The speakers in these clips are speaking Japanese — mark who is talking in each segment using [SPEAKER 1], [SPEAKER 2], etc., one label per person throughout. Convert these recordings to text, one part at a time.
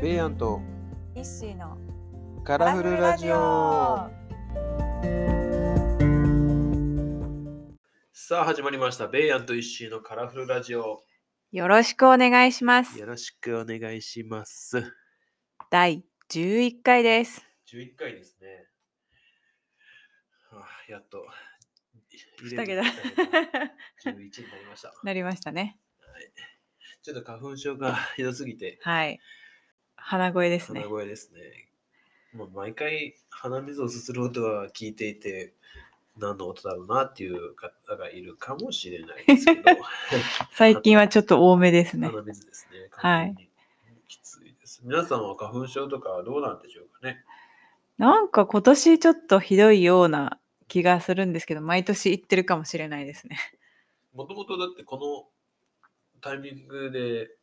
[SPEAKER 1] ベイアンと
[SPEAKER 2] イッシーの
[SPEAKER 1] カラフルラジオさあ始まりましたベイアンと石井のカラフルラジオ
[SPEAKER 2] よろしくお願いします
[SPEAKER 1] よろしくお願いします
[SPEAKER 2] 第11回です
[SPEAKER 1] 11回ですねはあやっと
[SPEAKER 2] 二桁
[SPEAKER 1] 11になりました
[SPEAKER 2] なりましたね
[SPEAKER 1] ちょっと花粉症がひどすぎて
[SPEAKER 2] はい鼻声です
[SPEAKER 1] 鼻
[SPEAKER 2] ね
[SPEAKER 1] 声ですねまあ、毎回鼻水をすする音は聞いていて何の音だろうなっていう方がいるかもしれないですけど
[SPEAKER 2] 最近はちょっと多めですね
[SPEAKER 1] 鼻水ですね。
[SPEAKER 2] は
[SPEAKER 1] 完
[SPEAKER 2] い
[SPEAKER 1] 全に。きついです。皆さんは花粉症とかはどうなんでしょうかね。
[SPEAKER 2] なんか今年ちょっとひどいような気がするんですけど毎年行ってるかもしれないですね
[SPEAKER 1] もともとだってこのタイミングで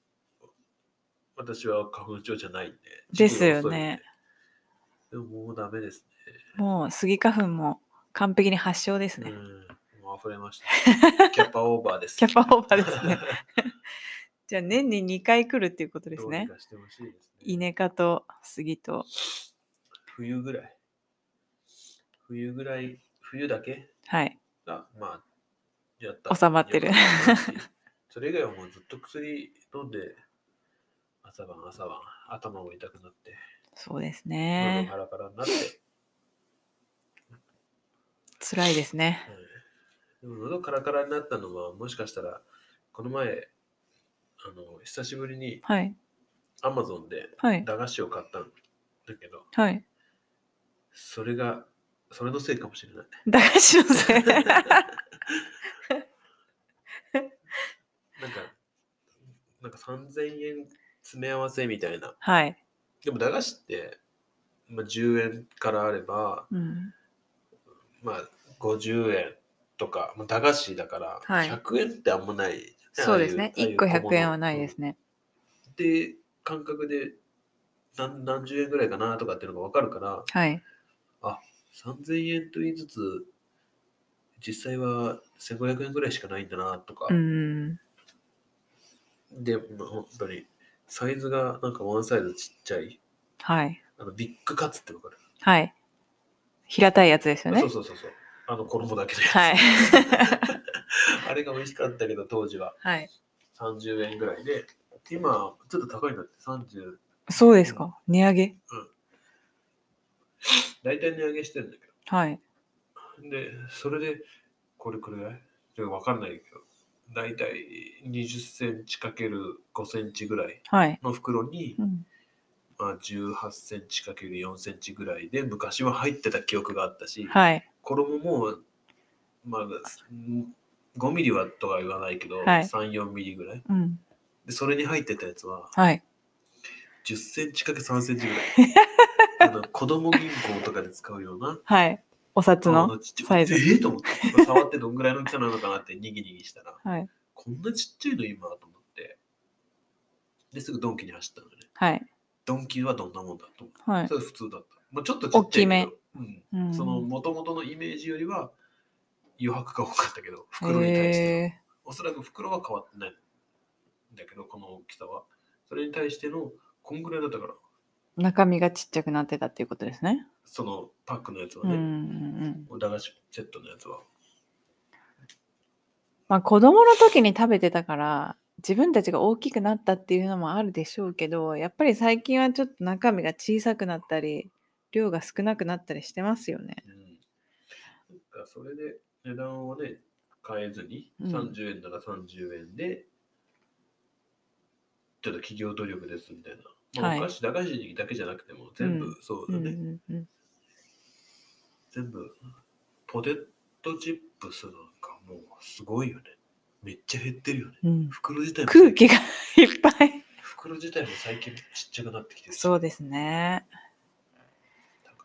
[SPEAKER 1] 私は花粉症じゃないんで。
[SPEAKER 2] ですよ
[SPEAKER 1] 時期が遅いん
[SPEAKER 2] ね
[SPEAKER 1] で。でももうダメです
[SPEAKER 2] もうスギ花粉も完璧に発症です
[SPEAKER 1] ね。う
[SPEAKER 2] ね、
[SPEAKER 1] ん。もう溢れま した。キャパオーバーです。
[SPEAKER 2] キャパオーバ ーですねじゃあ年に2回来るっていうことですね
[SPEAKER 1] どうにかしてほしいですね。
[SPEAKER 2] イネ科とスギと
[SPEAKER 1] 冬ぐらい。冬ぐらい、冬だけ
[SPEAKER 2] はい
[SPEAKER 1] が、まあ、やった。
[SPEAKER 2] 収まってる
[SPEAKER 1] よかったし。 それ以外はもうずっと薬飲んで、朝晩朝晩、頭も痛くなって、
[SPEAKER 2] そうです
[SPEAKER 1] 喉
[SPEAKER 2] ね
[SPEAKER 1] カラカラになって、
[SPEAKER 2] 辛いですね
[SPEAKER 1] うんでも喉カラカラになったのは、もしかしたら、この前、あの、久しぶりに
[SPEAKER 2] はい
[SPEAKER 1] アマゾンで
[SPEAKER 2] はい
[SPEAKER 1] 駄菓子を買ったんだけど、
[SPEAKER 2] はい
[SPEAKER 1] それが、それのせいかもしれない。
[SPEAKER 2] 駄菓子の せい
[SPEAKER 1] なんか、なんか3000円詰め合わせみたいな。
[SPEAKER 2] はい、
[SPEAKER 1] でも駄菓子って、まあ、10円からあれば、
[SPEAKER 2] うん、
[SPEAKER 1] まあ、50円とか、まあ、駄菓子だから、
[SPEAKER 2] はい
[SPEAKER 1] 100円ってあんまないじゃん。
[SPEAKER 2] そうですね
[SPEAKER 1] ああいう
[SPEAKER 2] 1個
[SPEAKER 1] ああいう小
[SPEAKER 2] 100
[SPEAKER 1] 物
[SPEAKER 2] 円はないですね
[SPEAKER 1] うんで、感覚で何何十円ぐらいかなとかっていうのが分かるから、
[SPEAKER 2] はい
[SPEAKER 1] 3000円と言いつつ、実際は1500円ぐらいしかないんだなとか、
[SPEAKER 2] うん
[SPEAKER 1] で、まあ本当に、サイズがなんかワンサイズちっちゃい、
[SPEAKER 2] はい
[SPEAKER 1] あのビッグカツって分かる、
[SPEAKER 2] はい平たいやつですよね
[SPEAKER 1] そうそうそうそう。あの衣だけで、
[SPEAKER 2] はい
[SPEAKER 1] あれが美味しかったけど、当時は。
[SPEAKER 2] はい
[SPEAKER 1] 30円ぐらいで、今、ちょっと高いんだって、30、
[SPEAKER 2] そうですか値上げ
[SPEAKER 1] 大体値上げしてるんだけ
[SPEAKER 2] はい
[SPEAKER 1] ど。で、それで、これくらいちょっとわかんないけど、大体20センチかける5センチぐらい
[SPEAKER 2] はい、
[SPEAKER 1] の袋に
[SPEAKER 2] う、ん、
[SPEAKER 1] まあ、18センチかける4センチぐらいで、昔は入ってた記憶があったし、
[SPEAKER 2] はい
[SPEAKER 1] 衣も、まあ、うん5ミリはとは言わないけど、
[SPEAKER 2] はい
[SPEAKER 1] 3、4ミリぐらい。
[SPEAKER 2] うん
[SPEAKER 1] で、それに入ってたやつは、
[SPEAKER 2] はい
[SPEAKER 1] 10センチかけ3センチ ぐらい。あの子供銀行とかで使うような。
[SPEAKER 2] はいお札
[SPEAKER 1] あ
[SPEAKER 2] の
[SPEAKER 1] のちっちゃい
[SPEAKER 2] サイズ
[SPEAKER 1] えーと思って。触ってどんぐらいの大きさなのかなってにぎにぎしたら、
[SPEAKER 2] はい
[SPEAKER 1] こんなちっちゃいの今と思って。で、すぐドンキに走ったのね。
[SPEAKER 2] はい
[SPEAKER 1] ドンキはどんなもんだと思って。
[SPEAKER 2] はい
[SPEAKER 1] それ普通だった。まあ、ちょっとちっちゃいけど。
[SPEAKER 2] 大きめ
[SPEAKER 1] うん。
[SPEAKER 2] うん
[SPEAKER 1] その元々のイメージよりは余白が多かったけど、袋に対しては。
[SPEAKER 2] え
[SPEAKER 1] おそらく袋は変わってないんだけど、この大きさは。それに対しての、こんぐらいだったから、
[SPEAKER 2] ー中身がちっちゃくなってたっていうことですね。
[SPEAKER 1] そのパックのやつは
[SPEAKER 2] うん
[SPEAKER 1] ね。
[SPEAKER 2] うんうん、
[SPEAKER 1] お駄菓子セットのやつは。
[SPEAKER 2] まあ子供の時に食べてたから自分たちが大きくなったっていうのもあるでしょうけどやっぱり最近はちょっと中身が小さくなったり量が少なくなったりしてますよね。
[SPEAKER 1] うん、だからそれで値段をね、変えずに、
[SPEAKER 2] うん
[SPEAKER 1] 30円なら30円で、ちょっと企業努力ですみたいな。まあ
[SPEAKER 2] はい
[SPEAKER 1] お菓子、駄菓子だけじゃなくても、全
[SPEAKER 2] う
[SPEAKER 1] 部
[SPEAKER 2] ん
[SPEAKER 1] そう
[SPEAKER 2] う
[SPEAKER 1] だ
[SPEAKER 2] ん
[SPEAKER 1] ね。
[SPEAKER 2] うんうん、
[SPEAKER 1] 全部、ポテトチップスなんかもうすごいよね。めっちゃ減ってるよね。
[SPEAKER 2] うん
[SPEAKER 1] 袋自体も
[SPEAKER 2] 空気がいっぱい。
[SPEAKER 1] 袋自体も最近ちっちゃくなってきてるし
[SPEAKER 2] そうですね。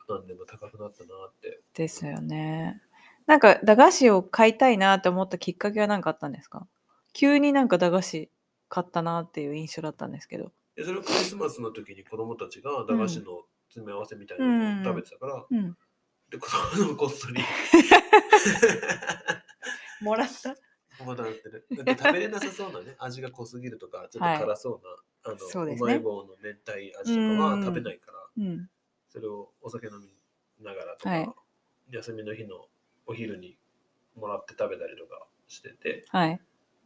[SPEAKER 1] 高なんでも高くなったなって。
[SPEAKER 2] ですよね。なんか駄菓子を買いたいなって思ったきっかけは何かあったんですか急になんか駄菓子買ったなっていう印象だったんですけど。
[SPEAKER 1] でそれをクリスマスの時に子供たちが駄菓子の詰め合わせみたいなのを食べてたから、
[SPEAKER 2] うん、
[SPEAKER 1] で子供のこっそ り
[SPEAKER 2] もらった
[SPEAKER 1] まだやってる。だって食べれなさそうなね味が濃すぎるとかちょっと辛そうあの
[SPEAKER 2] そうです
[SPEAKER 1] う
[SPEAKER 2] ね
[SPEAKER 1] まい棒の明太味とかは食べないから、
[SPEAKER 2] うん。
[SPEAKER 1] それをお酒飲みながらとか、
[SPEAKER 2] はい
[SPEAKER 1] 休みの日のお昼にもらって食べたりとかしてて
[SPEAKER 2] はい。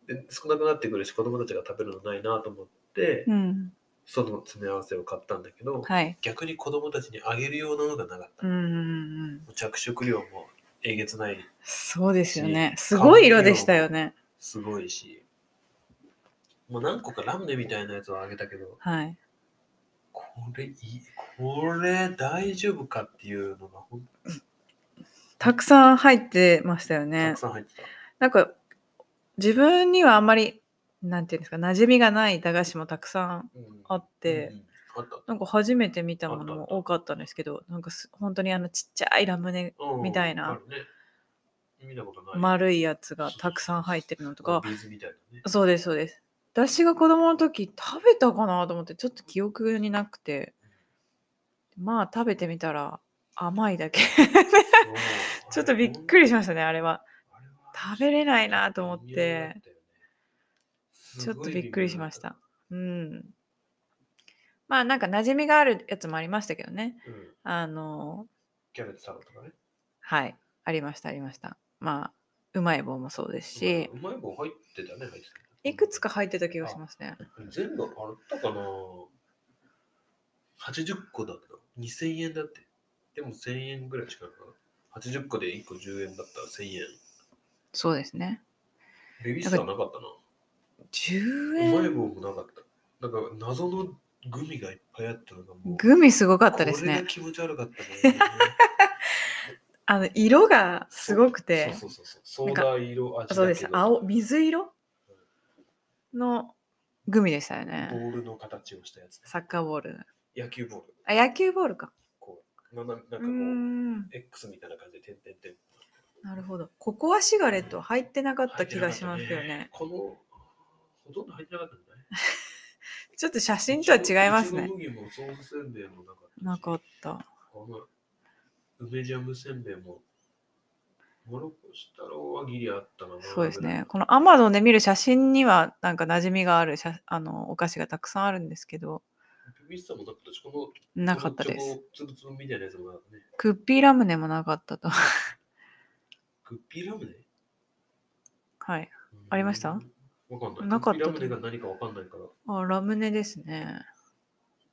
[SPEAKER 1] で少なくなってくるし子供たちが食べるのないなと思って、
[SPEAKER 2] うん。
[SPEAKER 1] その詰め合わせを買ったんだけど、
[SPEAKER 2] はい。
[SPEAKER 1] 逆に子供たちにあげるようなのがなかった、
[SPEAKER 2] うんうんうん。
[SPEAKER 1] 着色料もえげつない
[SPEAKER 2] そうですよね。すごい色でしたよね。
[SPEAKER 1] すごいしもう何個かラムネみたいなやつをあげたけど
[SPEAKER 2] はい。
[SPEAKER 1] これいいこれ大丈夫かっていうのがほん
[SPEAKER 2] たくさん入ってましたよ
[SPEAKER 1] た
[SPEAKER 2] ね
[SPEAKER 1] く。さん入ってた、
[SPEAKER 2] なんか、自分にはあんまり、なんていうんですか、馴染みがない駄菓子もたくさん
[SPEAKER 1] うん
[SPEAKER 2] あって、
[SPEAKER 1] うんあったあっ
[SPEAKER 2] なんか初めて見たも
[SPEAKER 1] あ
[SPEAKER 2] の
[SPEAKER 1] ったあった
[SPEAKER 2] も多かったんですけど、なんかす本当にあのちっちゃいラムネ
[SPEAKER 1] たうん
[SPEAKER 2] みたいな
[SPEAKER 1] あるね、見たことない
[SPEAKER 2] 丸いやつがたくさん入ってるのとか、
[SPEAKER 1] ビーズみたいな ね
[SPEAKER 2] そうですそうです。私が子供の時食べたかなと思ってちょっと記憶になくて、まあ食べてみたら甘いだけ。
[SPEAKER 1] そう
[SPEAKER 2] ちょっとびっくりしましたね、
[SPEAKER 1] あ
[SPEAKER 2] あれは。
[SPEAKER 1] れ
[SPEAKER 2] 食べれないなと思って
[SPEAKER 1] 微妙だたよね
[SPEAKER 2] ちょっとびっくりしました。うん。まあなんか馴染みがあるやつもありましたけどね。
[SPEAKER 1] すごい微妙だったうん
[SPEAKER 2] あの、
[SPEAKER 1] キャベツサラダとかね
[SPEAKER 2] はい、ありましたありました。まあ、うまい棒もそうですし
[SPEAKER 1] う、まい棒入ってたね入ってた
[SPEAKER 2] いくつか入ってた気がしますね。
[SPEAKER 1] 全部あったかな80個だった2000円だってでも1000円ぐらいしかなかった80個で1個10円だったら1000円
[SPEAKER 2] そうですね。
[SPEAKER 1] ベビースターなかったな
[SPEAKER 2] 10
[SPEAKER 1] うまい
[SPEAKER 2] 円
[SPEAKER 1] 棒もなかったなんか謎のグミがいっぱいあったのがもう
[SPEAKER 2] グミすごかったです
[SPEAKER 1] これ
[SPEAKER 2] ね
[SPEAKER 1] が。気持ち悪かったね
[SPEAKER 2] あの、色が すごくて、
[SPEAKER 1] そうそうそうそうソーダ色味だけど
[SPEAKER 2] そうです。青、水色のグミでしたよ
[SPEAKER 1] ボ
[SPEAKER 2] ね。
[SPEAKER 1] ールの形をしたやつ
[SPEAKER 2] サッカーボール。
[SPEAKER 1] 野球ボール
[SPEAKER 2] あ、野球ボールか。
[SPEAKER 1] こうなななんか
[SPEAKER 2] う
[SPEAKER 1] こ
[SPEAKER 2] ー。
[SPEAKER 1] うん X みたいな感じで点々点
[SPEAKER 2] なるほど。ココアシガレット入ってなかった気がしますよね。
[SPEAKER 1] このほとんど入ってなかったんじゃない
[SPEAKER 2] ちょっと写真とは違いますね。
[SPEAKER 1] いちご麦もソースせんべいもなかったし。
[SPEAKER 2] なかった。
[SPEAKER 1] この梅ジャムせんべいも。モロコシ太郎はギリあったな。
[SPEAKER 2] そうですね。このアマゾンで見る写真にはなんか馴染みがある写あのお菓子がたくさんあるんですけど、
[SPEAKER 1] ビビスタもなかったし、この
[SPEAKER 2] なかったで
[SPEAKER 1] この
[SPEAKER 2] す。
[SPEAKER 1] チョコつぶつぶみたいなやつもなかったね。
[SPEAKER 2] クッピーラムネもなかったと。
[SPEAKER 1] クッピーラムネ
[SPEAKER 2] はい。ありました
[SPEAKER 1] うんわかんない。
[SPEAKER 2] なかった
[SPEAKER 1] クッピーラムネが何かわかんないから。
[SPEAKER 2] あ、ラムネですね。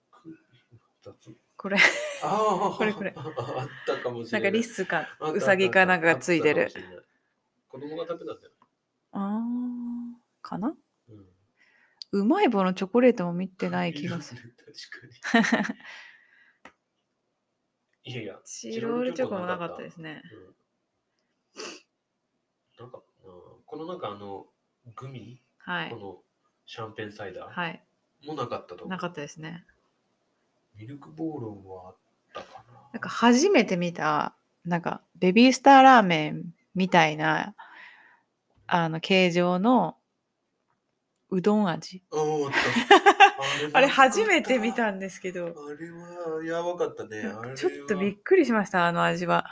[SPEAKER 1] クッピー二つ
[SPEAKER 2] これ、
[SPEAKER 1] ああ、
[SPEAKER 2] これこれ
[SPEAKER 1] あったかもし
[SPEAKER 2] な
[SPEAKER 1] れな
[SPEAKER 2] んか
[SPEAKER 1] い。
[SPEAKER 2] リスか
[SPEAKER 1] あったあった
[SPEAKER 2] ウサギかなんかがついて
[SPEAKER 1] あっ
[SPEAKER 2] る
[SPEAKER 1] た。かもしれない子供が食べたんだよ。
[SPEAKER 2] あー、かな
[SPEAKER 1] うん
[SPEAKER 2] うまい棒のチョコレートも見てない気がする。
[SPEAKER 1] る。 確かに。いやいや、
[SPEAKER 2] チロールチョコもなかったですね。
[SPEAKER 1] うん、なんか、うん、この中、あの、グミ、
[SPEAKER 2] は
[SPEAKER 1] こ
[SPEAKER 2] い。
[SPEAKER 1] のシャンペンサイダ
[SPEAKER 2] はい。
[SPEAKER 1] ーもなかったと思う。
[SPEAKER 2] なかったですね。
[SPEAKER 1] ミルクボーロンはあったかな。
[SPEAKER 2] なんか初めて見た、なんかベビースターラーメンみたいな、あの、形状のうどん味。
[SPEAKER 1] うんあった
[SPEAKER 2] あれ初めて見。
[SPEAKER 1] あ
[SPEAKER 2] たんですけど、
[SPEAKER 1] れはやばかったね。
[SPEAKER 2] なん
[SPEAKER 1] あれ
[SPEAKER 2] か
[SPEAKER 1] は
[SPEAKER 2] ちょっとびっくりしました、あの味は。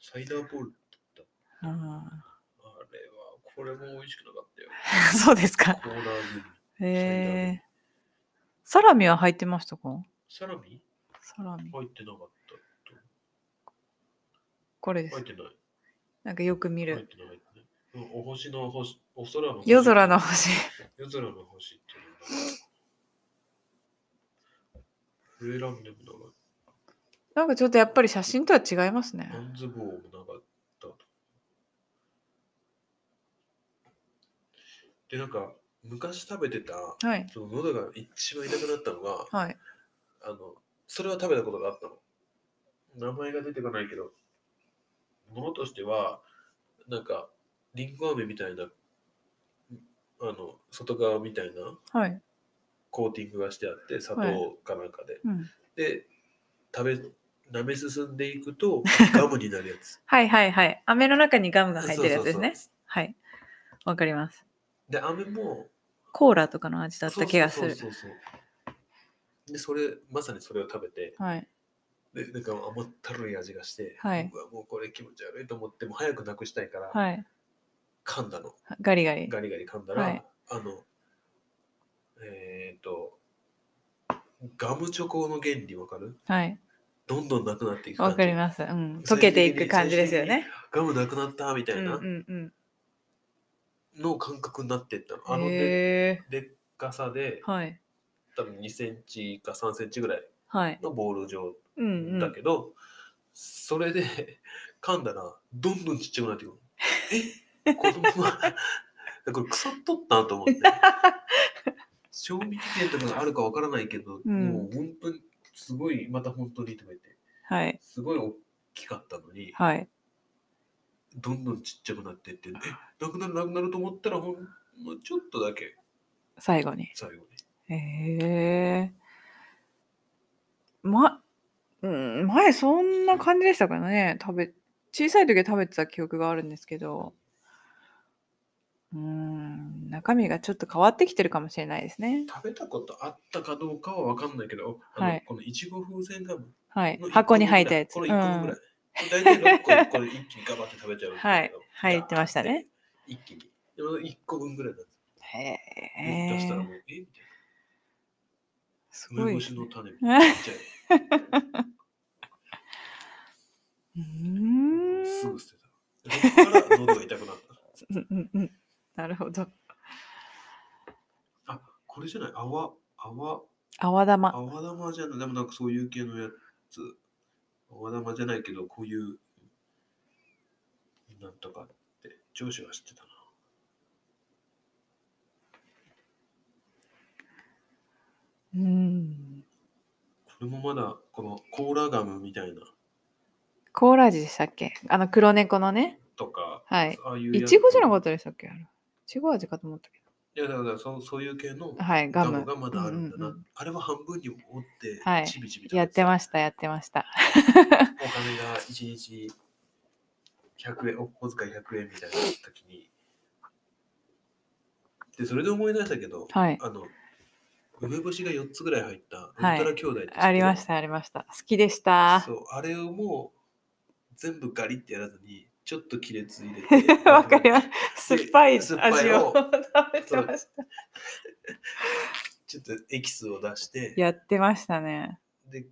[SPEAKER 1] サイダーポール。
[SPEAKER 2] うん、
[SPEAKER 1] あれは、これも美味しくなかったよ。
[SPEAKER 2] そうですか。
[SPEAKER 1] コーラーグミ。
[SPEAKER 2] へえサラミは入ってましたか
[SPEAKER 1] サラミ
[SPEAKER 2] サラミ。
[SPEAKER 1] 入ってなかった。
[SPEAKER 2] これで
[SPEAKER 1] 入っ
[SPEAKER 2] す。
[SPEAKER 1] てない。
[SPEAKER 2] なんかよく見
[SPEAKER 1] 入っ
[SPEAKER 2] る。
[SPEAKER 1] てない。入ってないうんお星の星、お空の星。
[SPEAKER 2] 夜空の。星。
[SPEAKER 1] 夜空の星っていうのが。ウェーランでもなかっ
[SPEAKER 2] なんかちょっとやっぱり写真とは違いますね
[SPEAKER 1] た。。パンズボーもなかった。で、なんか、昔食べてた、
[SPEAKER 2] はい。
[SPEAKER 1] その喉が一番痛くなったのが、
[SPEAKER 2] はい。
[SPEAKER 1] あの、それは食べたことがあったの。名前が出てこないけど、ものとしては、なんか、りんご飴みたいな、あの、外側みたいな
[SPEAKER 2] はい。
[SPEAKER 1] コーティングがしてあって、砂
[SPEAKER 2] は
[SPEAKER 1] 糖かなんかで。
[SPEAKER 2] うん、
[SPEAKER 1] で、食べ、舐め進んでいく と、ガムになるやつ。
[SPEAKER 2] はいはいはい。飴の中にガムが入ってるやつですね。
[SPEAKER 1] そうそうそ
[SPEAKER 2] はい。わかります。
[SPEAKER 1] うで、飴も、
[SPEAKER 2] コーラとかの味だった気がする。
[SPEAKER 1] そうそうそうそうで、それ、まさにそれを食べて、
[SPEAKER 2] はい。
[SPEAKER 1] で、なんか甘ったるい味がして、
[SPEAKER 2] はいう
[SPEAKER 1] わもうこれ気持ち悪いと思って、もう早くなくしたいから、
[SPEAKER 2] はい。
[SPEAKER 1] 噛んだの。
[SPEAKER 2] ガリガリ。
[SPEAKER 1] ガリガリ噛んだら、
[SPEAKER 2] はい
[SPEAKER 1] あの、えっ、と、ガムチョコの原理わかる
[SPEAKER 2] はい。
[SPEAKER 1] どんどんなくなっていく感じ
[SPEAKER 2] わかります。うん。溶けていく感じですよね。
[SPEAKER 1] ガムなくなったみた
[SPEAKER 2] う
[SPEAKER 1] い
[SPEAKER 2] んう
[SPEAKER 1] なん
[SPEAKER 2] うん。
[SPEAKER 1] の感覚になっていったの。あので
[SPEAKER 2] へえ。
[SPEAKER 1] でっかさで
[SPEAKER 2] はい。
[SPEAKER 1] 多分2センチか3センチぐらい
[SPEAKER 2] はい。
[SPEAKER 1] のボール状
[SPEAKER 2] うんう
[SPEAKER 1] だ
[SPEAKER 2] ん。
[SPEAKER 1] けど、それで噛んだらどんどんちっちゃくなっていくる。え子供は これ腐っとったなと思っ て。賞味期限とかがあるかわからないけど、
[SPEAKER 2] うん
[SPEAKER 1] もう本当にすごいまた本当にとか言って
[SPEAKER 2] はい。
[SPEAKER 1] すごい大きかったのに
[SPEAKER 2] はい。
[SPEAKER 1] どんどんちっちゃくなってってえなくなるなくなると思ったらほんのちょっとだけ
[SPEAKER 2] 最後に。
[SPEAKER 1] 最後に
[SPEAKER 2] へえ。ま、うん、前そんな感じでしたからね。食べ、小さい時は食べてた記憶があるんですけど、うん、中身がちょっと変わってきてるかもしれないですね。
[SPEAKER 1] 食べたことあったかどうかは分かんないけど、あの
[SPEAKER 2] はい
[SPEAKER 1] このいちご風船ガム
[SPEAKER 2] はい
[SPEAKER 1] の。
[SPEAKER 2] 箱に入ったやつ。
[SPEAKER 1] こ
[SPEAKER 2] う
[SPEAKER 1] れ
[SPEAKER 2] ん。
[SPEAKER 1] 1個分ぐらい。
[SPEAKER 2] は
[SPEAKER 1] これ大体6個、これ一気にガバって食べちゃうんだけど
[SPEAKER 2] い。入ってましたね。。
[SPEAKER 1] 一気に。でも1個分ぐらいだった。
[SPEAKER 2] へ
[SPEAKER 1] 出したら
[SPEAKER 2] え
[SPEAKER 1] も。う、えみたい
[SPEAKER 2] す
[SPEAKER 1] な。
[SPEAKER 2] ご
[SPEAKER 1] 梅 干
[SPEAKER 2] いです
[SPEAKER 1] し
[SPEAKER 2] ね、
[SPEAKER 1] の種みたいな。ちっちゃいう
[SPEAKER 2] ーん
[SPEAKER 1] すぐ捨てた。そこから喉が痛くなった。
[SPEAKER 2] うんうんうん。なるほど。
[SPEAKER 1] あ、これじゃない。泡、泡、
[SPEAKER 2] 泡玉。
[SPEAKER 1] 泡玉じゃない。でもなんかそういう系のやつ。泡玉じゃないけど、こういう、なんとかって、上司は知ってたな。
[SPEAKER 2] うん。
[SPEAKER 1] これもまだ、このコーラガムみたいな
[SPEAKER 2] コーラ味でしたっけあの黒猫のね。
[SPEAKER 1] とか、
[SPEAKER 2] はい。
[SPEAKER 1] ああいう
[SPEAKER 2] いちごじゃなか
[SPEAKER 1] っ
[SPEAKER 2] ったでしたっけあれいちご味かと思ったけ
[SPEAKER 1] た。いや、だからそうそういう系の
[SPEAKER 2] ど。はい、ガ
[SPEAKER 1] ガ
[SPEAKER 2] ム
[SPEAKER 1] ム。がまだあるんだな。
[SPEAKER 2] うんうんうん
[SPEAKER 1] あれは半分に折って、
[SPEAKER 2] はい
[SPEAKER 1] ちびちび
[SPEAKER 2] やってま
[SPEAKER 1] し
[SPEAKER 2] した、やってました。
[SPEAKER 1] た。お金が1日100円、お小遣い100円みたいな時に。で、それで思い出したけど、
[SPEAKER 2] はい。
[SPEAKER 1] あの、梅干しが4つぐらい入った、ウルト
[SPEAKER 2] は
[SPEAKER 1] ラ
[SPEAKER 2] い
[SPEAKER 1] 兄弟って知ってる
[SPEAKER 2] ありました、ありました。好きでした
[SPEAKER 1] そ。う、あれをもう全部ガリってやらずに、ちょっと亀裂入れて。
[SPEAKER 2] わかります。酸っぱい
[SPEAKER 1] 酸っぱい
[SPEAKER 2] 味を
[SPEAKER 1] を
[SPEAKER 2] 食べてました。
[SPEAKER 1] ちょっとエキスを出して、
[SPEAKER 2] やってましたね。
[SPEAKER 1] で、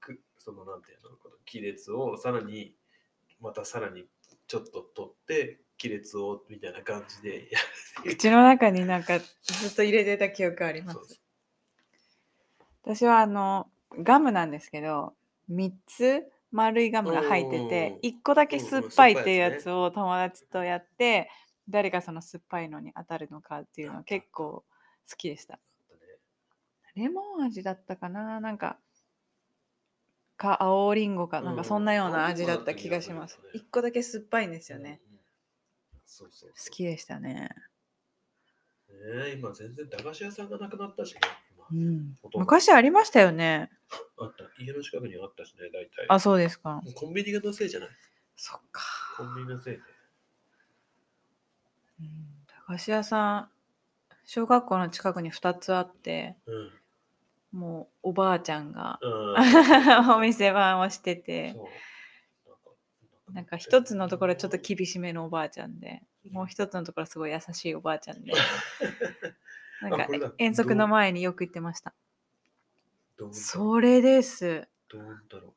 [SPEAKER 1] くそのなんていうの、この亀裂をさらに、またさらにちょっと取って、亀裂をみたいな感じでや
[SPEAKER 2] 口の中になんかずっと入れてた記憶ありま
[SPEAKER 1] そう
[SPEAKER 2] す。私はあのガムなんですけど3つ丸いガムが入ってて
[SPEAKER 1] うん
[SPEAKER 2] 1個だけ酸っぱいっていうやつを友達とやって誰がその酸っぱいのに当たるのかっていうのは結構好きでしたレモン味だったかななんかか青りんごかなんかそんなよう
[SPEAKER 1] うん
[SPEAKER 2] な味だった気がします
[SPEAKER 1] 青りんごだった気がするね
[SPEAKER 2] 1個だけ酸っぱいんですよね。
[SPEAKER 1] うんうんそうそうそう
[SPEAKER 2] 好きでしたね、
[SPEAKER 1] ねえ今全然駄菓子屋さんがなくなったしね。今
[SPEAKER 2] うん、
[SPEAKER 1] ほとんど
[SPEAKER 2] 昔ありましたよね
[SPEAKER 1] あった家の近くにあったしね、大体。
[SPEAKER 2] あそうですか
[SPEAKER 1] コンビニのせいじゃない。
[SPEAKER 2] そっか
[SPEAKER 1] コンビニのせいで。
[SPEAKER 2] うん駄菓子屋さん小学校の近くに2つあって
[SPEAKER 1] うん。
[SPEAKER 2] もうおばあちゃんが
[SPEAKER 1] うん、
[SPEAKER 2] お店番をしてて
[SPEAKER 1] そうなんか
[SPEAKER 2] なんか一つのところちょっと厳しめのおばあちゃんでもう一つのところすごい優しいおばあち ゃんでなん
[SPEAKER 1] あ
[SPEAKER 2] か
[SPEAKER 1] これだ
[SPEAKER 2] 遠足の前によく行ってました
[SPEAKER 1] どう
[SPEAKER 2] それです
[SPEAKER 1] どうだろ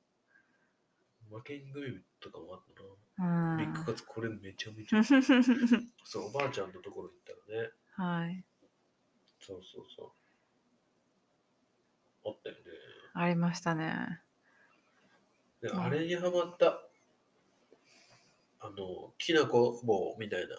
[SPEAKER 1] う。負けん組とかもあったな。
[SPEAKER 2] う
[SPEAKER 1] ビッ
[SPEAKER 2] ん
[SPEAKER 1] グカツこれめちゃめちゃ。そう、おばあちゃんのところ行ったらね。
[SPEAKER 2] はい
[SPEAKER 1] そうそうそう。あったよね。
[SPEAKER 2] ありましたね
[SPEAKER 1] で
[SPEAKER 2] うん
[SPEAKER 1] あれにハマった。あの、きなこ棒みたいな。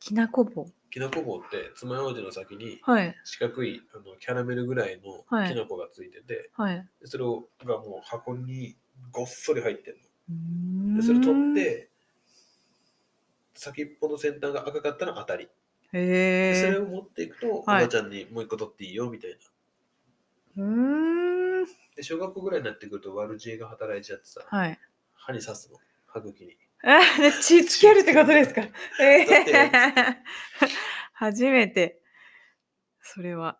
[SPEAKER 2] きなこ棒
[SPEAKER 1] きなこ棒って爪楊枝の先に
[SPEAKER 2] はい
[SPEAKER 1] 四角いあのキャラメルぐらいの
[SPEAKER 2] はい
[SPEAKER 1] きなこがついてて、
[SPEAKER 2] はい
[SPEAKER 1] でそれをがもう箱にごっそり入ってる
[SPEAKER 2] うー
[SPEAKER 1] の。
[SPEAKER 2] ん
[SPEAKER 1] で、それ取って、先っぽの先端が赤かったら当たり。
[SPEAKER 2] へ
[SPEAKER 1] で
[SPEAKER 2] え
[SPEAKER 1] それを持っていくと、お
[SPEAKER 2] はい
[SPEAKER 1] ばちゃんにもう一個取っていいよみたいな。
[SPEAKER 2] うーん
[SPEAKER 1] で、小学校ぐらいになってくると悪知恵が働いちゃってさ、
[SPEAKER 2] はい
[SPEAKER 1] 歯に刺すの、歯茎に。
[SPEAKER 2] あで血つけるってことですか
[SPEAKER 1] だっ
[SPEAKER 2] え
[SPEAKER 1] て
[SPEAKER 2] え初めてそれは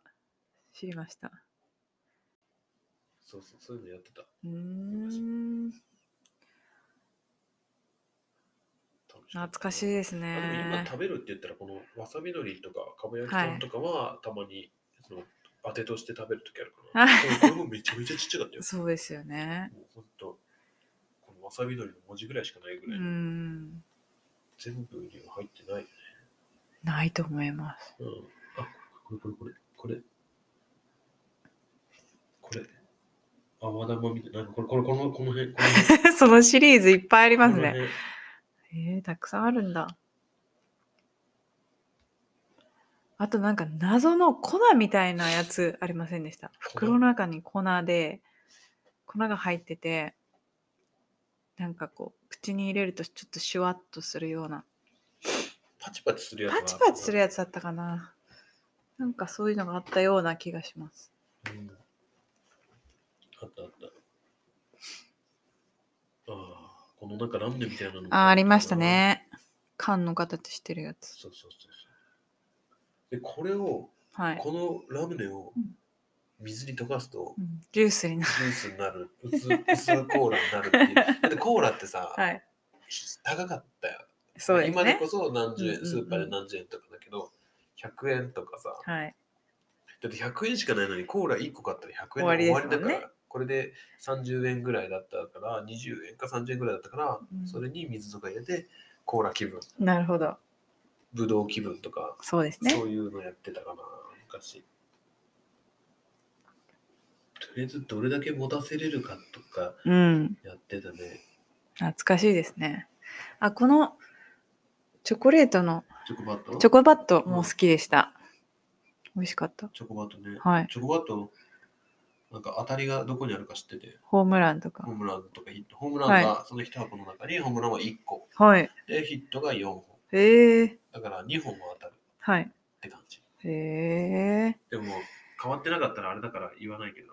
[SPEAKER 2] 知りました。
[SPEAKER 1] そうそう、そういうのやってた。
[SPEAKER 2] うーん
[SPEAKER 1] 楽しかったな
[SPEAKER 2] 懐かしいです
[SPEAKER 1] あでも今
[SPEAKER 2] ね。
[SPEAKER 1] 食べるって言ったら、このわさびのりとか、かぼ焼きさんとかは、たまにその当てとして食べるときある
[SPEAKER 2] あ
[SPEAKER 1] から。でもこれもめちゃめちゃちっちゃかったよ。
[SPEAKER 2] そうですよね。
[SPEAKER 1] もうほんと、このわさびのりの文字ぐらいしかないぐ
[SPEAKER 2] う
[SPEAKER 1] らい、
[SPEAKER 2] ん。
[SPEAKER 1] 全部には入ってないよね。
[SPEAKER 2] ないと思います。
[SPEAKER 1] うん。あ、これこれこれ、これ。これ。あ、和玉みたいな。なんかこれ、これ、この、この辺、この辺。
[SPEAKER 2] そのシリーズいっ ぱいあります
[SPEAKER 1] この
[SPEAKER 2] ね。
[SPEAKER 1] 辺
[SPEAKER 2] えー、たくさんあるんだ。あとなんか謎の粉みたいなやつありませんでした。袋の中に粉で、粉が入ってて、なんかこう、口に入れるとちょっとシュワッとするような。
[SPEAKER 1] パチパチするやつ。
[SPEAKER 2] パチパチするやつだったかな。なんかそういうのがあったような気がします。
[SPEAKER 1] うんあったあった。ああ、このなんかラムネみたいなの
[SPEAKER 2] あー、ありました。ね。缶の形してるやつ。
[SPEAKER 1] そうそうそうそう。で、これを、
[SPEAKER 2] はい。
[SPEAKER 1] このラムネを
[SPEAKER 2] うん
[SPEAKER 1] 水に溶かすと
[SPEAKER 2] う、んジュースになる。
[SPEAKER 1] ジュースになる、薄薄コーラになるって いう。だってコーラってさ、
[SPEAKER 2] はい。
[SPEAKER 1] 高かったよ。
[SPEAKER 2] そうです
[SPEAKER 1] 今で
[SPEAKER 2] ね
[SPEAKER 1] こ。そ何十円、
[SPEAKER 2] うんうんうん
[SPEAKER 1] スーパーで何十円とかだけど、100円とかさ、
[SPEAKER 2] はい。
[SPEAKER 1] だって100円しかないのにコーラ1個買ったら100円
[SPEAKER 2] 終わり
[SPEAKER 1] で
[SPEAKER 2] で
[SPEAKER 1] 終
[SPEAKER 2] す
[SPEAKER 1] わ
[SPEAKER 2] も
[SPEAKER 1] りだ
[SPEAKER 2] ん
[SPEAKER 1] か
[SPEAKER 2] ね
[SPEAKER 1] ら、これで30円ぐらいだったから20円か30円ぐらいだったから、
[SPEAKER 2] うん
[SPEAKER 1] それに水とか入れてコーラ気分
[SPEAKER 2] なるほど。
[SPEAKER 1] ブドウ気分とか、
[SPEAKER 2] そうですね。
[SPEAKER 1] そういうのやってたかな昔とりあえずどれだけ持たせれるかとか
[SPEAKER 2] うん、
[SPEAKER 1] やってたね
[SPEAKER 2] 懐かしいですね。あ、このチョコレートの
[SPEAKER 1] チョコバット
[SPEAKER 2] チョコバットも好きでした。美味しかった。
[SPEAKER 1] チョコバットね、
[SPEAKER 2] はい。
[SPEAKER 1] チョコバットなんか当たりがどこにあるか知ってて
[SPEAKER 2] ホームランとか
[SPEAKER 1] ホー。ムランとかヒットホームランが、その一箱の中にホームランは1個
[SPEAKER 2] はい。
[SPEAKER 1] でヒットが4本
[SPEAKER 2] へえ
[SPEAKER 1] だから2本は当たる
[SPEAKER 2] はい。
[SPEAKER 1] って感じ。
[SPEAKER 2] へえ
[SPEAKER 1] でも、変わってなかったらあれだから言わ ないけど、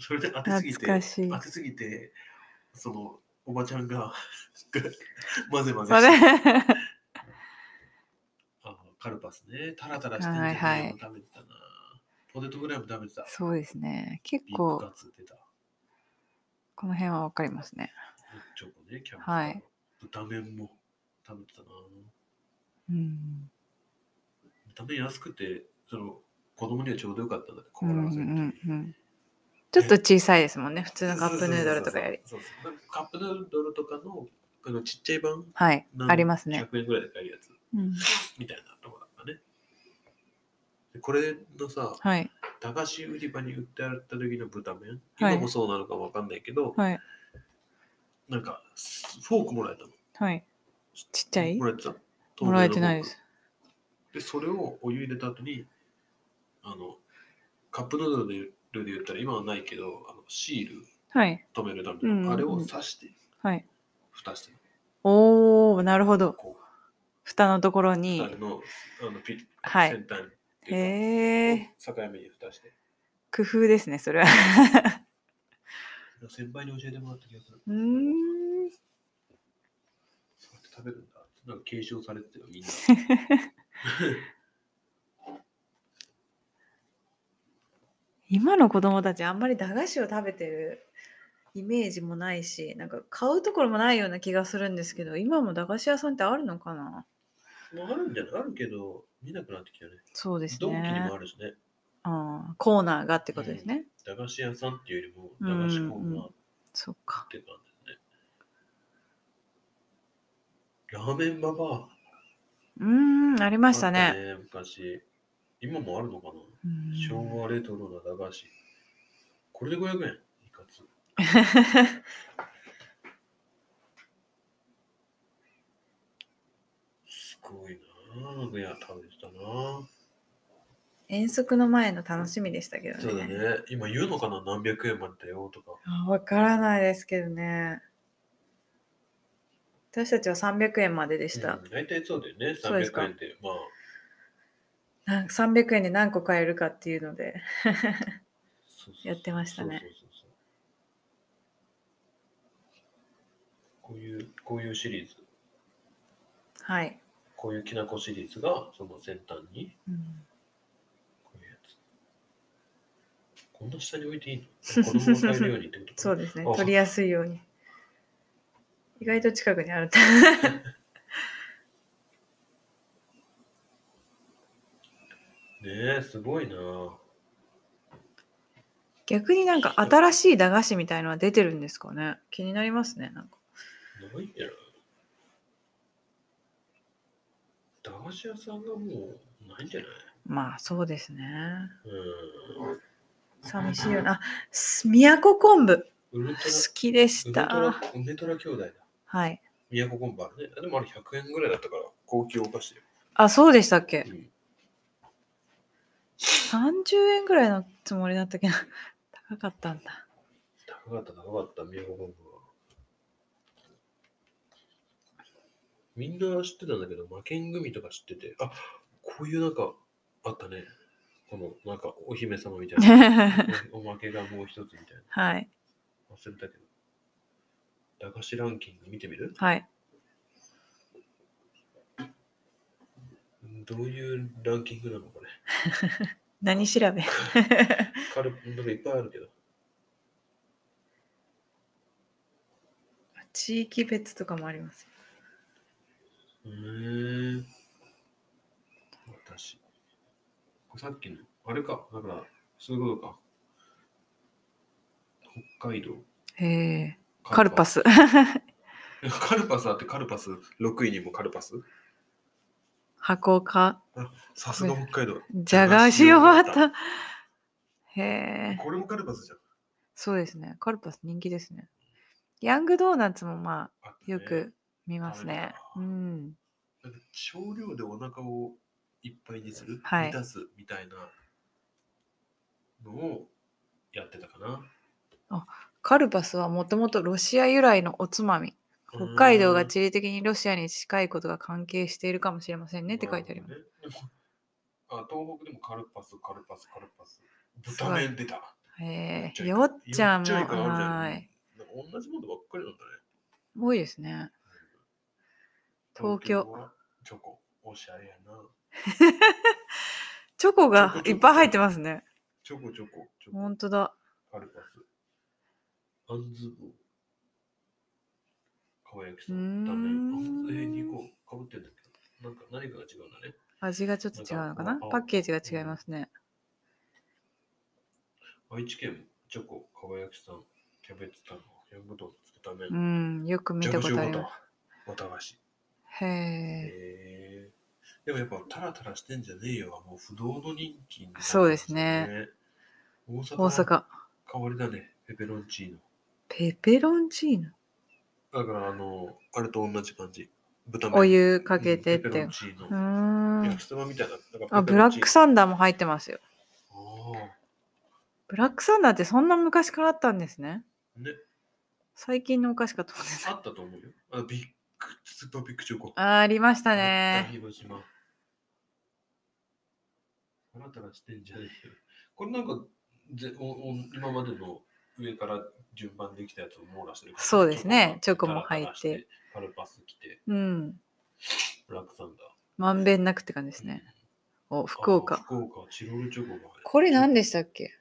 [SPEAKER 1] それで当てすぎて、
[SPEAKER 2] 懐かしい
[SPEAKER 1] 当てすぎて、その、おばちゃんが 混ぜ混ぜ
[SPEAKER 2] そ
[SPEAKER 1] して、
[SPEAKER 2] れ。
[SPEAKER 1] あのカルパスね、タラタラしてんじゃ
[SPEAKER 2] はいは
[SPEAKER 1] ないいの食べてたな。ポテトフライも食べてた。
[SPEAKER 2] そうですね。結
[SPEAKER 1] ビッグ
[SPEAKER 2] 構
[SPEAKER 1] カツ出た。
[SPEAKER 2] この辺はわかりますね。
[SPEAKER 1] チョコね、キャベツとか。
[SPEAKER 2] はい
[SPEAKER 1] 豚麺も食べてたな。
[SPEAKER 2] うん。
[SPEAKER 1] 豚麺安くて、その、子供にはちょうどよかったんだね、
[SPEAKER 2] う
[SPEAKER 1] コ
[SPEAKER 2] んう
[SPEAKER 1] ーラ味
[SPEAKER 2] んうん。ちょっと小さいですもんね。普通のカップヌードルとかより。
[SPEAKER 1] そうそうそうそうそうカップヌードルとかのあのちっちゃい版
[SPEAKER 2] はい。
[SPEAKER 1] なん
[SPEAKER 2] ありますね。
[SPEAKER 1] 100円ぐらいで買えるやつ
[SPEAKER 2] うん、
[SPEAKER 1] みたいなとこだったねでこれのさ
[SPEAKER 2] はい。
[SPEAKER 1] 駄菓子売り場に売ってあった時の豚麺
[SPEAKER 2] はい
[SPEAKER 1] 今もそうなのかわかんないけど、
[SPEAKER 2] はい。
[SPEAKER 1] なんかフォークもらえたの
[SPEAKER 2] はい。ちっちゃい
[SPEAKER 1] もらえてた
[SPEAKER 2] もらえてないで
[SPEAKER 1] 透
[SPEAKER 2] す。
[SPEAKER 1] 明のフォークでそれをお湯入れた後にあのカップヌードルで言ったら今はないけどあのシール
[SPEAKER 2] はい。
[SPEAKER 1] 止めるための、
[SPEAKER 2] うんうんうん
[SPEAKER 1] あれを刺して
[SPEAKER 2] はい。
[SPEAKER 1] 蓋して
[SPEAKER 2] おー、なるほど。
[SPEAKER 1] こう
[SPEAKER 2] 蓋のところに
[SPEAKER 1] あ。のあのピ
[SPEAKER 2] はい
[SPEAKER 1] 先端っていうか
[SPEAKER 2] へえ。
[SPEAKER 1] 境目に蓋して。
[SPEAKER 2] 工夫ですね、それは。
[SPEAKER 1] 先輩に教えてもらった気がする。
[SPEAKER 2] うーん。
[SPEAKER 1] そうやって食べるんだ。なんか継承されてたよ、みん な。
[SPEAKER 2] 今の子供たち、あんまり駄菓子を食べてるイメージもないし、なんか買うところもないような気がするんですけど、今も駄菓子屋さんってあるのかな
[SPEAKER 1] もうあるんじゃないあるけど、見なくなってきたね。
[SPEAKER 2] そうです
[SPEAKER 1] ドンキに
[SPEAKER 2] ね
[SPEAKER 1] もあ。るしね。
[SPEAKER 2] あーコーナーがってことですね。
[SPEAKER 1] 駄菓子屋さんっていうよりも、
[SPEAKER 2] うんう
[SPEAKER 1] 駄
[SPEAKER 2] ん
[SPEAKER 1] 菓子コーナーっ
[SPEAKER 2] そっか。
[SPEAKER 1] て感じね。ラーメンババア。
[SPEAKER 2] うーん、ありま
[SPEAKER 1] ま
[SPEAKER 2] したね。。
[SPEAKER 1] 昔。今もあるのかな
[SPEAKER 2] うーん
[SPEAKER 1] 昭和レトロな駄菓子。これで500円。いかつ。すごいなぁ。いや、食べてたなぁ。
[SPEAKER 2] 遠足の前の楽しみでしたけどね。
[SPEAKER 1] そうだね。今言うのかな何百円までだよとか。
[SPEAKER 2] あわからないですけどね。私たちは300円まででした。
[SPEAKER 1] うん大体そうだよね。
[SPEAKER 2] そうですか
[SPEAKER 1] 300円って。まあ、
[SPEAKER 2] なんか300円で何個買えるかっていうので。
[SPEAKER 1] そうそうそう
[SPEAKER 2] やってましたね
[SPEAKER 1] そうそうそうそうこういう、こういうシリーズ。
[SPEAKER 2] はい。
[SPEAKER 1] こういうきなこシリーズがその先端に
[SPEAKER 2] うん
[SPEAKER 1] こういうやつ。こんな下に置いていいの子供を買えるようにってことか
[SPEAKER 2] そうですね。
[SPEAKER 1] あ
[SPEAKER 2] 取りやすいように。意外と近くにある。
[SPEAKER 1] ねえ、すごいなぁ。
[SPEAKER 2] 逆になんか新しい駄菓子みたいのは出てるんですかね気になりますねなんか
[SPEAKER 1] ないんじゃない駄菓子屋さんがもうないんじゃない
[SPEAKER 2] まあそうですね
[SPEAKER 1] うん。
[SPEAKER 2] 寂しいよなあす宮古昆布
[SPEAKER 1] ウルト
[SPEAKER 2] 好きでし
[SPEAKER 1] ラ、ウル
[SPEAKER 2] た
[SPEAKER 1] トラ、ウルトラ兄弟だ。
[SPEAKER 2] はい
[SPEAKER 1] 宮古昆布あるね。あでもあれ100円ぐらいだったから、高級お菓子だよ。
[SPEAKER 2] あそうでしたっけ
[SPEAKER 1] うん
[SPEAKER 2] 30円ぐらいのつもりだったけど高かったんだ
[SPEAKER 1] 高かった、高かった、宮古昆布は。みんな知ってたんだけど、魔剣組とか知ってて、あこういうなんか、あったね。この、なんか、お姫様 みたいな。おまけがもう一つみたい
[SPEAKER 2] はい
[SPEAKER 1] な。忘れたけど。駄菓子ランキング見てみる
[SPEAKER 2] はい
[SPEAKER 1] どういうランキングなのこれ。
[SPEAKER 2] 何調べ
[SPEAKER 1] カルなんかいっぱいあるけど。
[SPEAKER 2] 地域別とかもあります
[SPEAKER 1] うーん。私。さっきの、あれか。だから、そういうことか。北海道。
[SPEAKER 2] へえカルパ
[SPEAKER 1] ス。
[SPEAKER 2] ス
[SPEAKER 1] カルパスだってカルパス、6位にもカルパス。
[SPEAKER 2] 箱か
[SPEAKER 1] さすが北海道。
[SPEAKER 2] じゃが
[SPEAKER 1] じゃ
[SPEAKER 2] 塩
[SPEAKER 1] が
[SPEAKER 2] バ
[SPEAKER 1] 塩バタ
[SPEAKER 2] タ
[SPEAKER 1] ー
[SPEAKER 2] ーへえ
[SPEAKER 1] これもカルパスじゃん。
[SPEAKER 2] そうですね。カルパス人気ですね。ヤングドーナツもま
[SPEAKER 1] あった
[SPEAKER 2] あ
[SPEAKER 1] ね
[SPEAKER 2] よ。く見ます
[SPEAKER 1] 食べ
[SPEAKER 2] ね。
[SPEAKER 1] た
[SPEAKER 2] うん。
[SPEAKER 1] なんか少量でお腹をいっぱいにする、
[SPEAKER 2] はい
[SPEAKER 1] 満たすみたいなのをやってたかな。
[SPEAKER 2] カルパスはもともとロシア由来のおつまみ。北海道が
[SPEAKER 1] ち
[SPEAKER 2] 地理的にロシアに近いことが関係しているかもしれませんねって書いてあります。
[SPEAKER 1] す。でもあ東北でもカルパス、カルパス、カルパス。
[SPEAKER 2] す
[SPEAKER 1] 豚
[SPEAKER 2] ごい
[SPEAKER 1] 麺出た。
[SPEAKER 2] へえ、よ
[SPEAKER 1] よ
[SPEAKER 2] っちゃんも、
[SPEAKER 1] よっからあるじゃん
[SPEAKER 2] はい。
[SPEAKER 1] なんか同じものばっかりなんだね。
[SPEAKER 2] 多いですね。東京
[SPEAKER 1] はチョコ、おしゃれやな。
[SPEAKER 2] チョコがいっぱい入ってますね。
[SPEAKER 1] チョコチョコ、チョ
[SPEAKER 2] ほん
[SPEAKER 1] コ、
[SPEAKER 2] とだ。
[SPEAKER 1] カルパス。あんず棒。かわやきさ
[SPEAKER 2] うー
[SPEAKER 1] ん、
[SPEAKER 2] ん
[SPEAKER 1] ダメ。あんずえー、2個かぶってんだけど。なんか何かが違うんだね。
[SPEAKER 2] 味がちょっと違うのか
[SPEAKER 1] な
[SPEAKER 2] なん
[SPEAKER 1] か
[SPEAKER 2] パッケージが違いますね。
[SPEAKER 1] 愛知県チョコ、かばやきさん、キャベツ太郎、ヤングドーナツ、豚麺
[SPEAKER 2] う、ん、よく見たことあります。
[SPEAKER 1] す。わたがし。
[SPEAKER 2] へえ、
[SPEAKER 1] へえでもやっぱタラタラしてんじゃねえよはもう不動の人気になってますよ
[SPEAKER 2] そうですね。
[SPEAKER 1] 大阪
[SPEAKER 2] 大
[SPEAKER 1] は
[SPEAKER 2] 阪。
[SPEAKER 1] 変わりだね、ペペロンチー
[SPEAKER 2] ペペロンチーノ
[SPEAKER 1] ノ。だからあの、あれと同じ感じ。豚麺
[SPEAKER 2] お湯かけてっ
[SPEAKER 1] うんペペ
[SPEAKER 2] て
[SPEAKER 1] ロン。チー
[SPEAKER 2] うー
[SPEAKER 1] ノ。
[SPEAKER 2] ん
[SPEAKER 1] 焼き。そばみたいな。だからペ
[SPEAKER 2] あ、ブ
[SPEAKER 1] ペロ
[SPEAKER 2] ラ
[SPEAKER 1] ンチ
[SPEAKER 2] ッ
[SPEAKER 1] ーノ
[SPEAKER 2] クサンダーも入ってますよ。
[SPEAKER 1] あ
[SPEAKER 2] ブラックサンダーってそんな昔からあったんですね。
[SPEAKER 1] あ、ね、
[SPEAKER 2] 最近のお菓子かと思って
[SPEAKER 1] あ
[SPEAKER 2] た。
[SPEAKER 1] ったと思うよ。あビッグ、スーパービッグチョコ。
[SPEAKER 2] あーありました
[SPEAKER 1] あった
[SPEAKER 2] ね。
[SPEAKER 1] 広島。タラタラしてんじゃねえよ。これなんかぜおお今までの上から順番できたやつを網羅してる感じ
[SPEAKER 2] そうですね
[SPEAKER 1] チョコが
[SPEAKER 2] チョコも入って
[SPEAKER 1] タラタラしカルパス来て、
[SPEAKER 2] うん。
[SPEAKER 1] ブラックサンダー。
[SPEAKER 2] まんべんなくって感じですね。お、福
[SPEAKER 1] あ
[SPEAKER 2] 岡。
[SPEAKER 1] 福岡、チロルチョコが入る。
[SPEAKER 2] これ何でしたっけ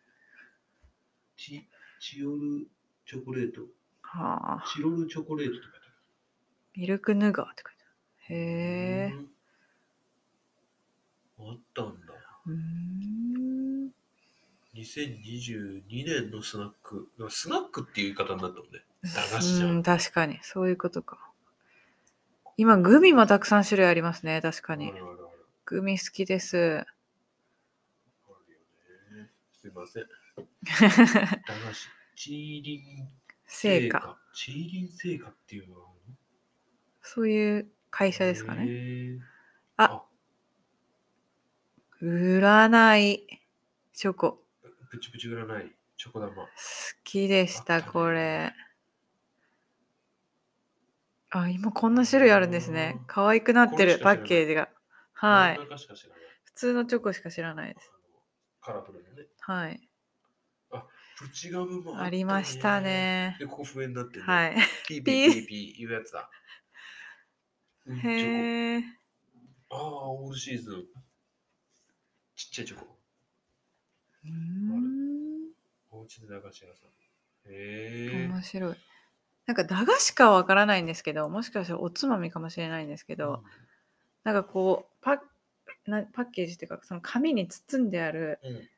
[SPEAKER 1] チチロルチョコレート。
[SPEAKER 2] はあ。
[SPEAKER 1] チロルチョコレートって書いてある。
[SPEAKER 2] ミルクヌガーって書いてある。へえ。
[SPEAKER 1] うん。あったんだ。
[SPEAKER 2] うーん。
[SPEAKER 1] 2022年のスナック。だからスナックっていう言い方になったもんね。駄菓子じゃん
[SPEAKER 2] うん、確かに。そういうことか。今、グミもたくさん種類ありますね。確か
[SPEAKER 1] あるあ
[SPEAKER 2] に
[SPEAKER 1] る。ある
[SPEAKER 2] グミ好きで
[SPEAKER 1] あ
[SPEAKER 2] す。
[SPEAKER 1] るよね。すいま せん。駄菓子。チーリン
[SPEAKER 2] 成果。。
[SPEAKER 1] チーリン製菓っていうのは
[SPEAKER 2] そういう会社ですかね。
[SPEAKER 1] ね。
[SPEAKER 2] あ占いチョコ。
[SPEAKER 1] プチプチ占い。チョコ玉。
[SPEAKER 2] 好きでし、
[SPEAKER 1] あったたね
[SPEAKER 2] これ。あ、今こんな種類あるんですね
[SPEAKER 1] うん。
[SPEAKER 2] 可愛くなってる、
[SPEAKER 1] こ
[SPEAKER 2] パ
[SPEAKER 1] れしか知らな
[SPEAKER 2] ッ
[SPEAKER 1] い
[SPEAKER 2] ケージが。はい
[SPEAKER 1] 真ん。中しか知らない。
[SPEAKER 2] 普通のチョコしか知らな
[SPEAKER 1] あ
[SPEAKER 2] いで
[SPEAKER 1] の
[SPEAKER 2] す。
[SPEAKER 1] カラフルのね。
[SPEAKER 2] はい。
[SPEAKER 1] プチガムもった
[SPEAKER 2] ありました。ね。
[SPEAKER 1] で、ここ笛になってる、
[SPEAKER 2] はい。
[SPEAKER 1] ピーピーピーピー言うやつだ。うんチョコ
[SPEAKER 2] へえ。
[SPEAKER 1] ああ、オールシーズン。ちっちゃいチョコ。
[SPEAKER 2] うーん
[SPEAKER 1] おうちで駄菓子屋さん。へえ。
[SPEAKER 2] 面白い。なんか駄菓子かはわからないんですけど、もしかしたらおつまみかもしれないんですけど、なんかこう、パッなパッケージっていうかその紙に包んである
[SPEAKER 1] うん。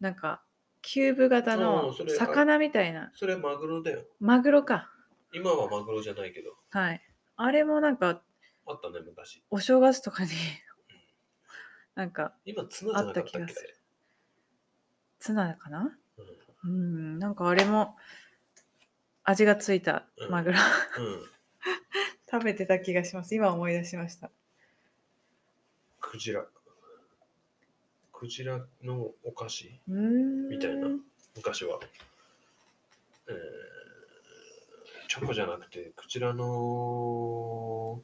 [SPEAKER 2] なんかキューブ型
[SPEAKER 1] う
[SPEAKER 2] の
[SPEAKER 1] んそれ
[SPEAKER 2] 魚みたいな
[SPEAKER 1] それマグロだよ。
[SPEAKER 2] マグロか
[SPEAKER 1] 今はマグロじゃないけど、
[SPEAKER 2] はいあれもなんか
[SPEAKER 1] あったね、昔。
[SPEAKER 2] お正月とかになんか
[SPEAKER 1] 今、ツナじゃなかったっ
[SPEAKER 2] あった気が
[SPEAKER 1] け
[SPEAKER 2] すツナかな
[SPEAKER 1] あれ
[SPEAKER 2] うんなんかあれも味がついたマグロ、
[SPEAKER 1] うん。うん。
[SPEAKER 2] 食べてた気がします今思い出しました
[SPEAKER 1] クジラ。クジラのお菓子
[SPEAKER 2] うーん
[SPEAKER 1] みたいな昔は。えーチョコじゃなくて、クジラの、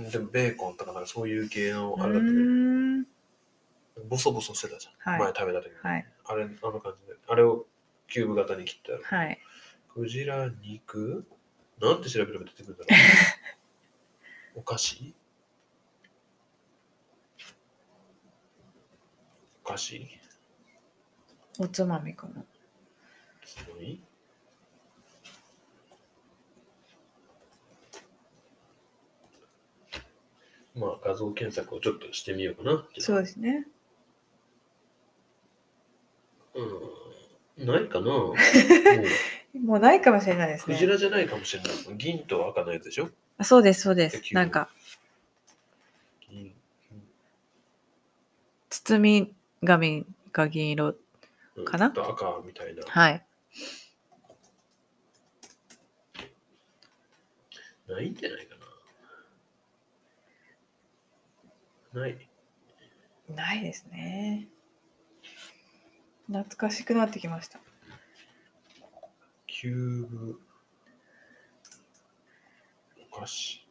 [SPEAKER 1] んでもベーコンとかなんかそういう系のあれだっ
[SPEAKER 2] う
[SPEAKER 1] たね。
[SPEAKER 2] ーん
[SPEAKER 1] ボソボソしてたじゃん。
[SPEAKER 2] はい
[SPEAKER 1] 前食べた時に。
[SPEAKER 2] はい
[SPEAKER 1] あれ、あの感じで。あれをキューブ型に切ったら。
[SPEAKER 2] はい
[SPEAKER 1] クジラ肉なんて調べれば出てくるんだろう お菓子お菓子
[SPEAKER 2] おつまみかな
[SPEAKER 1] つまみまあ画像検索をちょっとしてみようかな。
[SPEAKER 2] そうですね
[SPEAKER 1] うん。ない かなもう
[SPEAKER 2] もうないかもしれないです
[SPEAKER 1] クジ
[SPEAKER 2] ね
[SPEAKER 1] ラじゃないかもしれない。銀と赤のやつでしょ
[SPEAKER 2] あそうですそうです
[SPEAKER 1] 野球
[SPEAKER 2] なんか
[SPEAKER 1] 銀
[SPEAKER 2] 包み紙が銀色
[SPEAKER 1] うん
[SPEAKER 2] かな
[SPEAKER 1] ちょっと赤みたいな。
[SPEAKER 2] はい
[SPEAKER 1] ないんじゃないかな。ない。
[SPEAKER 2] ないですね懐かしくなってきました
[SPEAKER 1] キューブ。お菓 子。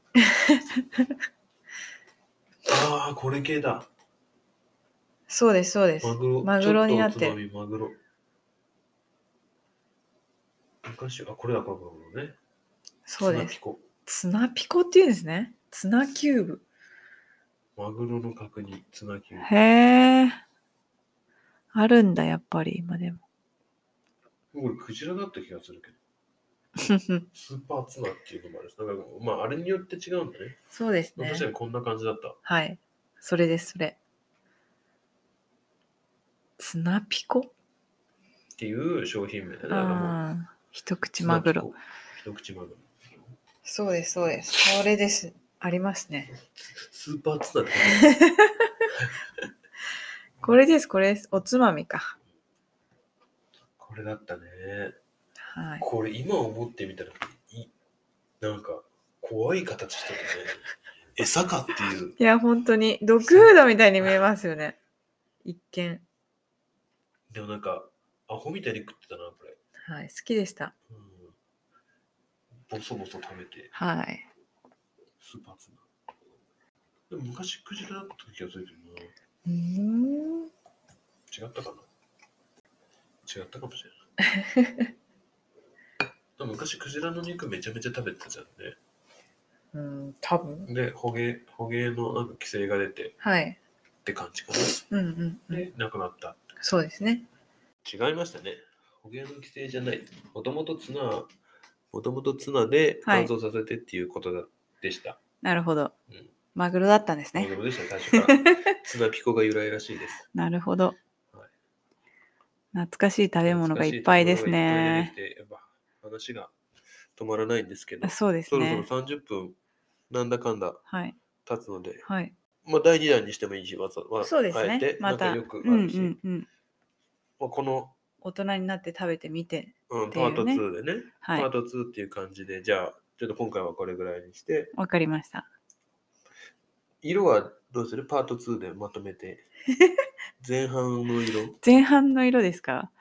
[SPEAKER 1] ああ、これ系だ。
[SPEAKER 2] そうですそうです
[SPEAKER 1] マグロ。
[SPEAKER 2] マグロになってる
[SPEAKER 1] ちょっとおつまみマグロ。お菓子、あ、これだ、これこれこれね。
[SPEAKER 2] そうで
[SPEAKER 1] ツナピ
[SPEAKER 2] す
[SPEAKER 1] コ。
[SPEAKER 2] ツナピコっていうんですねツナキューブ
[SPEAKER 1] マグロの角煮、ツナキュー
[SPEAKER 2] へえあるんだやっぱり今でも
[SPEAKER 1] ブ。これ、クジラだった気がする けど。スーパーツナっていうのもあるし、なんか、まあ、あれによって違うんだね。
[SPEAKER 2] そうですね
[SPEAKER 1] 確かにこんな感じだった。
[SPEAKER 2] はいそれですそれツナピコ
[SPEAKER 1] っていう商品名で、ね、
[SPEAKER 2] ああ一口マグロ。
[SPEAKER 1] 一口マグロ。
[SPEAKER 2] そうですそうですそれですありますね
[SPEAKER 1] スーパーツナって
[SPEAKER 2] これです、これです。おつまみか。
[SPEAKER 1] これだったね。
[SPEAKER 2] はい。
[SPEAKER 1] これ今思ってみたら、いなんか怖い形して るね。餌かっていう。
[SPEAKER 2] いや、本当に、ドッグフードみたいに見えますよね。一見。
[SPEAKER 1] でもなんか、アホみたいに食ってたな、これ。
[SPEAKER 2] はい、好きでした。
[SPEAKER 1] うんボソボソ食べて、
[SPEAKER 2] はい。
[SPEAKER 1] スーパーツナ。でも昔クジラだった気がするけ
[SPEAKER 2] うーん。
[SPEAKER 1] どな。違ったかな違ったかもしれない。 でも昔クジラの肉めちゃめちゃ食べてたじゃんね。
[SPEAKER 2] うん、多分。
[SPEAKER 1] で、捕鯨捕鯨のなんか規制が出てっ
[SPEAKER 2] はい。
[SPEAKER 1] て感じか
[SPEAKER 2] うんうん、う
[SPEAKER 1] な。
[SPEAKER 2] ん。
[SPEAKER 1] で、なくなった。
[SPEAKER 2] そうですね。
[SPEAKER 1] 違いましたね。捕鯨の規制じゃない。もともとツナ、もともとツナで
[SPEAKER 2] は
[SPEAKER 1] 乾
[SPEAKER 2] い
[SPEAKER 1] 燥させてっていうことだでした。
[SPEAKER 2] なるほど
[SPEAKER 1] うん。
[SPEAKER 2] マグロだったんです
[SPEAKER 1] とい
[SPEAKER 2] ね
[SPEAKER 1] う。ことでした、最初 から。ツナピコが由来らしいです。
[SPEAKER 2] なるほど
[SPEAKER 1] はい。
[SPEAKER 2] 懐かしい食べ物がいっぱいですね
[SPEAKER 1] 懐かしい食べ物がいっぱい出。てきて。やっぱ話が止まらないんですけど、
[SPEAKER 2] あそうです
[SPEAKER 1] そろそろ
[SPEAKER 2] ね。
[SPEAKER 1] 30分、なんだかんだ
[SPEAKER 2] はい。
[SPEAKER 1] 経つので、
[SPEAKER 2] はい。
[SPEAKER 1] まあ、第2弾にしてもいいし、わざわざ
[SPEAKER 2] そうです
[SPEAKER 1] あえ
[SPEAKER 2] ね
[SPEAKER 1] て。
[SPEAKER 2] また、
[SPEAKER 1] 仲
[SPEAKER 2] う
[SPEAKER 1] 良く
[SPEAKER 2] んう
[SPEAKER 1] あるし
[SPEAKER 2] んうん。
[SPEAKER 1] まあこの、
[SPEAKER 2] 大人になって食べてみて。
[SPEAKER 1] うん、
[SPEAKER 2] て
[SPEAKER 1] パ
[SPEAKER 2] いう
[SPEAKER 1] ート
[SPEAKER 2] ね
[SPEAKER 1] 2でね、
[SPEAKER 2] はい
[SPEAKER 1] パー。ト2っていう感じで、じゃあ、ちょっと今回はこれぐらいにして、
[SPEAKER 2] わかりました。
[SPEAKER 1] 色はどうするパート2でまとめ て。前半の色。
[SPEAKER 2] 前半の色ですか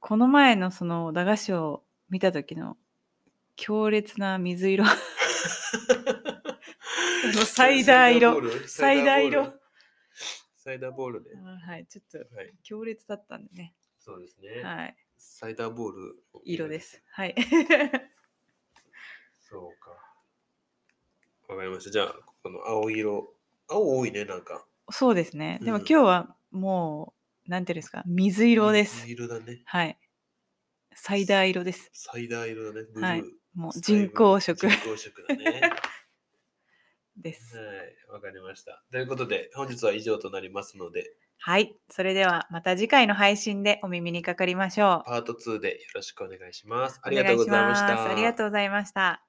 [SPEAKER 2] この前のその駄菓子を見た時の強烈な水色のサイダー色
[SPEAKER 1] ボル
[SPEAKER 2] サイダー
[SPEAKER 1] ボ
[SPEAKER 2] 色
[SPEAKER 1] ルサイダーボールで。
[SPEAKER 2] はいちょっと
[SPEAKER 1] はい、
[SPEAKER 2] 強烈だったんでね
[SPEAKER 1] そうですね。
[SPEAKER 2] はい
[SPEAKER 1] サイダーボール。
[SPEAKER 2] 色で。すはい
[SPEAKER 1] そうか。わかりました。じゃあ、この青色。青多いね、なんか。
[SPEAKER 2] そうですねでも
[SPEAKER 1] うん
[SPEAKER 2] 今日はもうなんていうんですか水色です
[SPEAKER 1] 水色だね。
[SPEAKER 2] はいサイダー色です
[SPEAKER 1] サイダー色だね。ブルー。
[SPEAKER 2] はいもう人工色
[SPEAKER 1] 人工色だね。
[SPEAKER 2] です。
[SPEAKER 1] はい、わかりました。ということで、本日は以上となりますので、
[SPEAKER 2] はい、それではまた次回の配信でお耳にかかりましょう。
[SPEAKER 1] パート2でよろしくお願いします。ありがとうございまし
[SPEAKER 2] お願いします
[SPEAKER 1] た。
[SPEAKER 2] ありがとうございました。